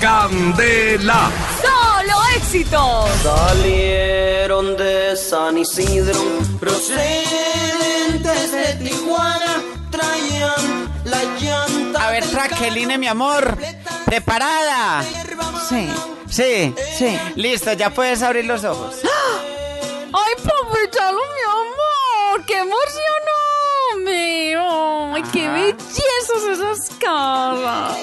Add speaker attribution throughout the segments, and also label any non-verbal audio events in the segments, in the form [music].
Speaker 1: Candela.
Speaker 2: ¡Solo éxitos!
Speaker 3: Salieron de San Isidro, procedentes de Tijuana, traían la llanta.
Speaker 4: A ver, Traqueline, mi amor. ¿Preparada?
Speaker 5: Sí,
Speaker 4: Sí.
Speaker 5: sí.
Speaker 4: Listo, ya puedes abrir los ojos.
Speaker 5: ¡Ay, papachalo, mi amor! ¡Qué emoción, hombre! ¡Ay, qué bellezas esas caras!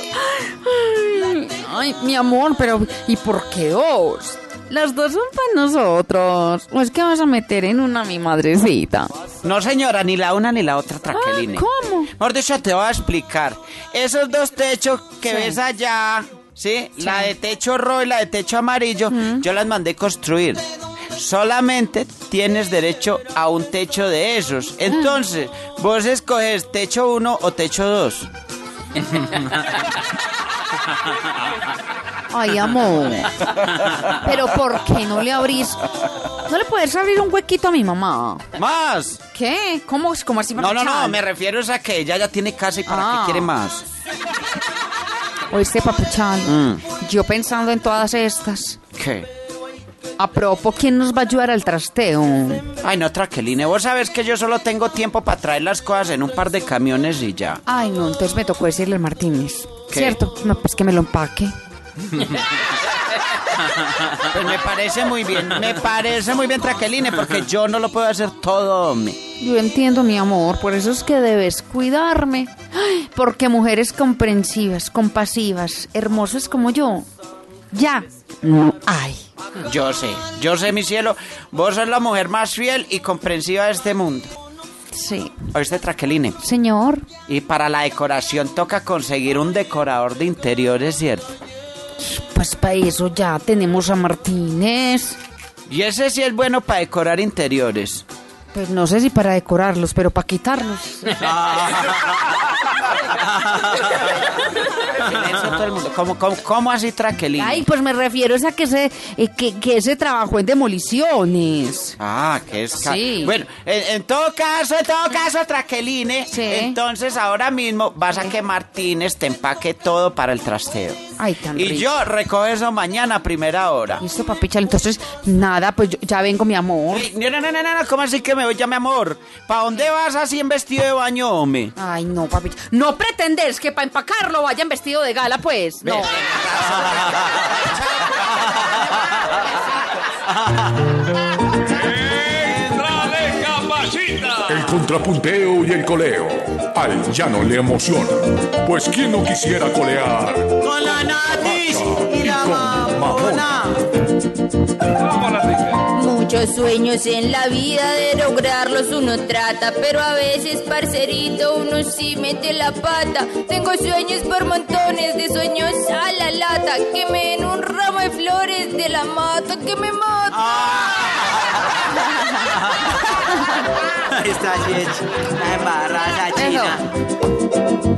Speaker 5: Ay, Ay, mi amor, pero ¿y por qué dos? Las dos son para nosotros. ¿O es que vas a meter en una mi madrecita?
Speaker 4: No, señora, ni la una ni la otra, Traqueline.
Speaker 5: Ah, ¿cómo?
Speaker 4: Mejor dicho, te voy a explicar. Esos dos techos que
Speaker 5: Sí.
Speaker 4: ves allá, ¿sí? La de techo rojo y la de techo amarillo, yo las mandé construir. Solamente tienes derecho a un techo de esos. Entonces, vos escoges techo 1 o techo 2.
Speaker 5: Ay, amor. Pero ¿por qué no le abrís? ¿No le puedes abrir un huequito a mi mamá?
Speaker 4: ¡Más!
Speaker 5: ¿Qué? ¿Cómo, cómo así?
Speaker 4: No, no, no,
Speaker 5: papuchal?
Speaker 4: me refiero es a que ella ya tiene casa y para
Speaker 5: Ah.
Speaker 4: qué quiere más.
Speaker 5: Oíste, papuchal.
Speaker 4: Mm.
Speaker 5: Yo pensando en todas estas.
Speaker 4: ¿Qué?
Speaker 5: A propo, ¿quién nos va a ayudar al trasteo?
Speaker 4: Ay, no, Traqueline, vos sabes que yo solo tengo tiempo para traer las cosas en un par de camiones y ya.
Speaker 5: Ay, no, entonces me tocó decirle al Martínez.
Speaker 4: ¿Qué?
Speaker 5: ¿Cierto? No, pues que me lo empaque.
Speaker 4: Pues me parece muy bien, me parece muy bien, Traqueline, porque yo no lo puedo hacer todo, hombre.
Speaker 5: Yo entiendo, mi amor, por eso es que debes cuidarme. Ay, Porque mujeres comprensivas, compasivas, hermosas como yo, ya no hay.
Speaker 4: Yo sé, yo sé, mi cielo, vos sos la mujer más fiel y comprensiva de este mundo.
Speaker 5: Sí.
Speaker 4: Oíste, Traqueline.
Speaker 5: Señor,
Speaker 4: Y para la decoración toca conseguir un decorador de interiores, ¿cierto?
Speaker 5: pues para eso ya tenemos a Martínez.
Speaker 4: Y ese sí es bueno para decorar interiores.
Speaker 5: Pues no sé si para decorarlos, pero para quitarlos.
Speaker 4: Eso todo el mundo. ¿Cómo, cómo, cómo así, Traqueline?
Speaker 5: Ay, pues me refiero es a que se, eh, que, que se trabajó en demoliciones.
Speaker 4: Ah, que es... ca-
Speaker 5: Sí.
Speaker 4: Bueno, en, en todo caso, en todo caso, Traqueline,
Speaker 5: Sí.
Speaker 4: entonces ahora mismo vas a que Martínez te empaque todo para el trasteo.
Speaker 5: Ay, tan
Speaker 4: y
Speaker 5: rico.
Speaker 4: yo recojo eso mañana a primera hora.
Speaker 5: Listo, papichal. Entonces, nada, pues yo- ya vengo, mi amor.
Speaker 4: Uy, No, no, no, no, no, ¿cómo así que me voy ya, mi amor? ¿Para dónde vas así en vestido de baño, hombre?
Speaker 5: Ay, no, papi. No pretendés que para empacarlo vayan vestido de gala, pues. [laughs] No.
Speaker 1: ¡Entrale, capachita!
Speaker 6: El contrapunteo y el coleo. Al llano le emociona. Pues quien no quisiera colear.
Speaker 3: Con la nariz y la mamona.
Speaker 1: Vamos a la tica.
Speaker 7: Muchos sueños en la vida de lograrlos uno trata, pero a veces, parcerito, uno sí mete la pata. Tengo sueños por montones, de sueños a la lata, que me den un ramo de flores de la mata que me mata.
Speaker 3: Está hecho. La embarrada china.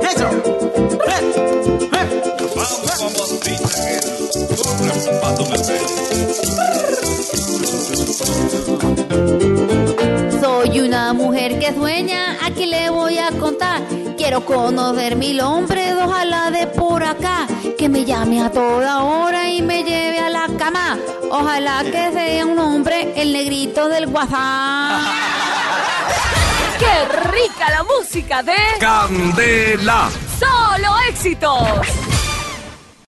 Speaker 3: Eso.
Speaker 1: Vamos, vamos, tica, que corre zapato Mercedes.
Speaker 7: Soy una mujer que sueña, aquí le voy a contar. Quiero conocer mil hombres, ojalá de por acá. Que me llame a toda hora y me lleve a la cama. Ojalá que sea un hombre el negrito del WhatsApp.
Speaker 2: ¡Qué rica la música de
Speaker 1: Candela.
Speaker 2: Solo éxitos!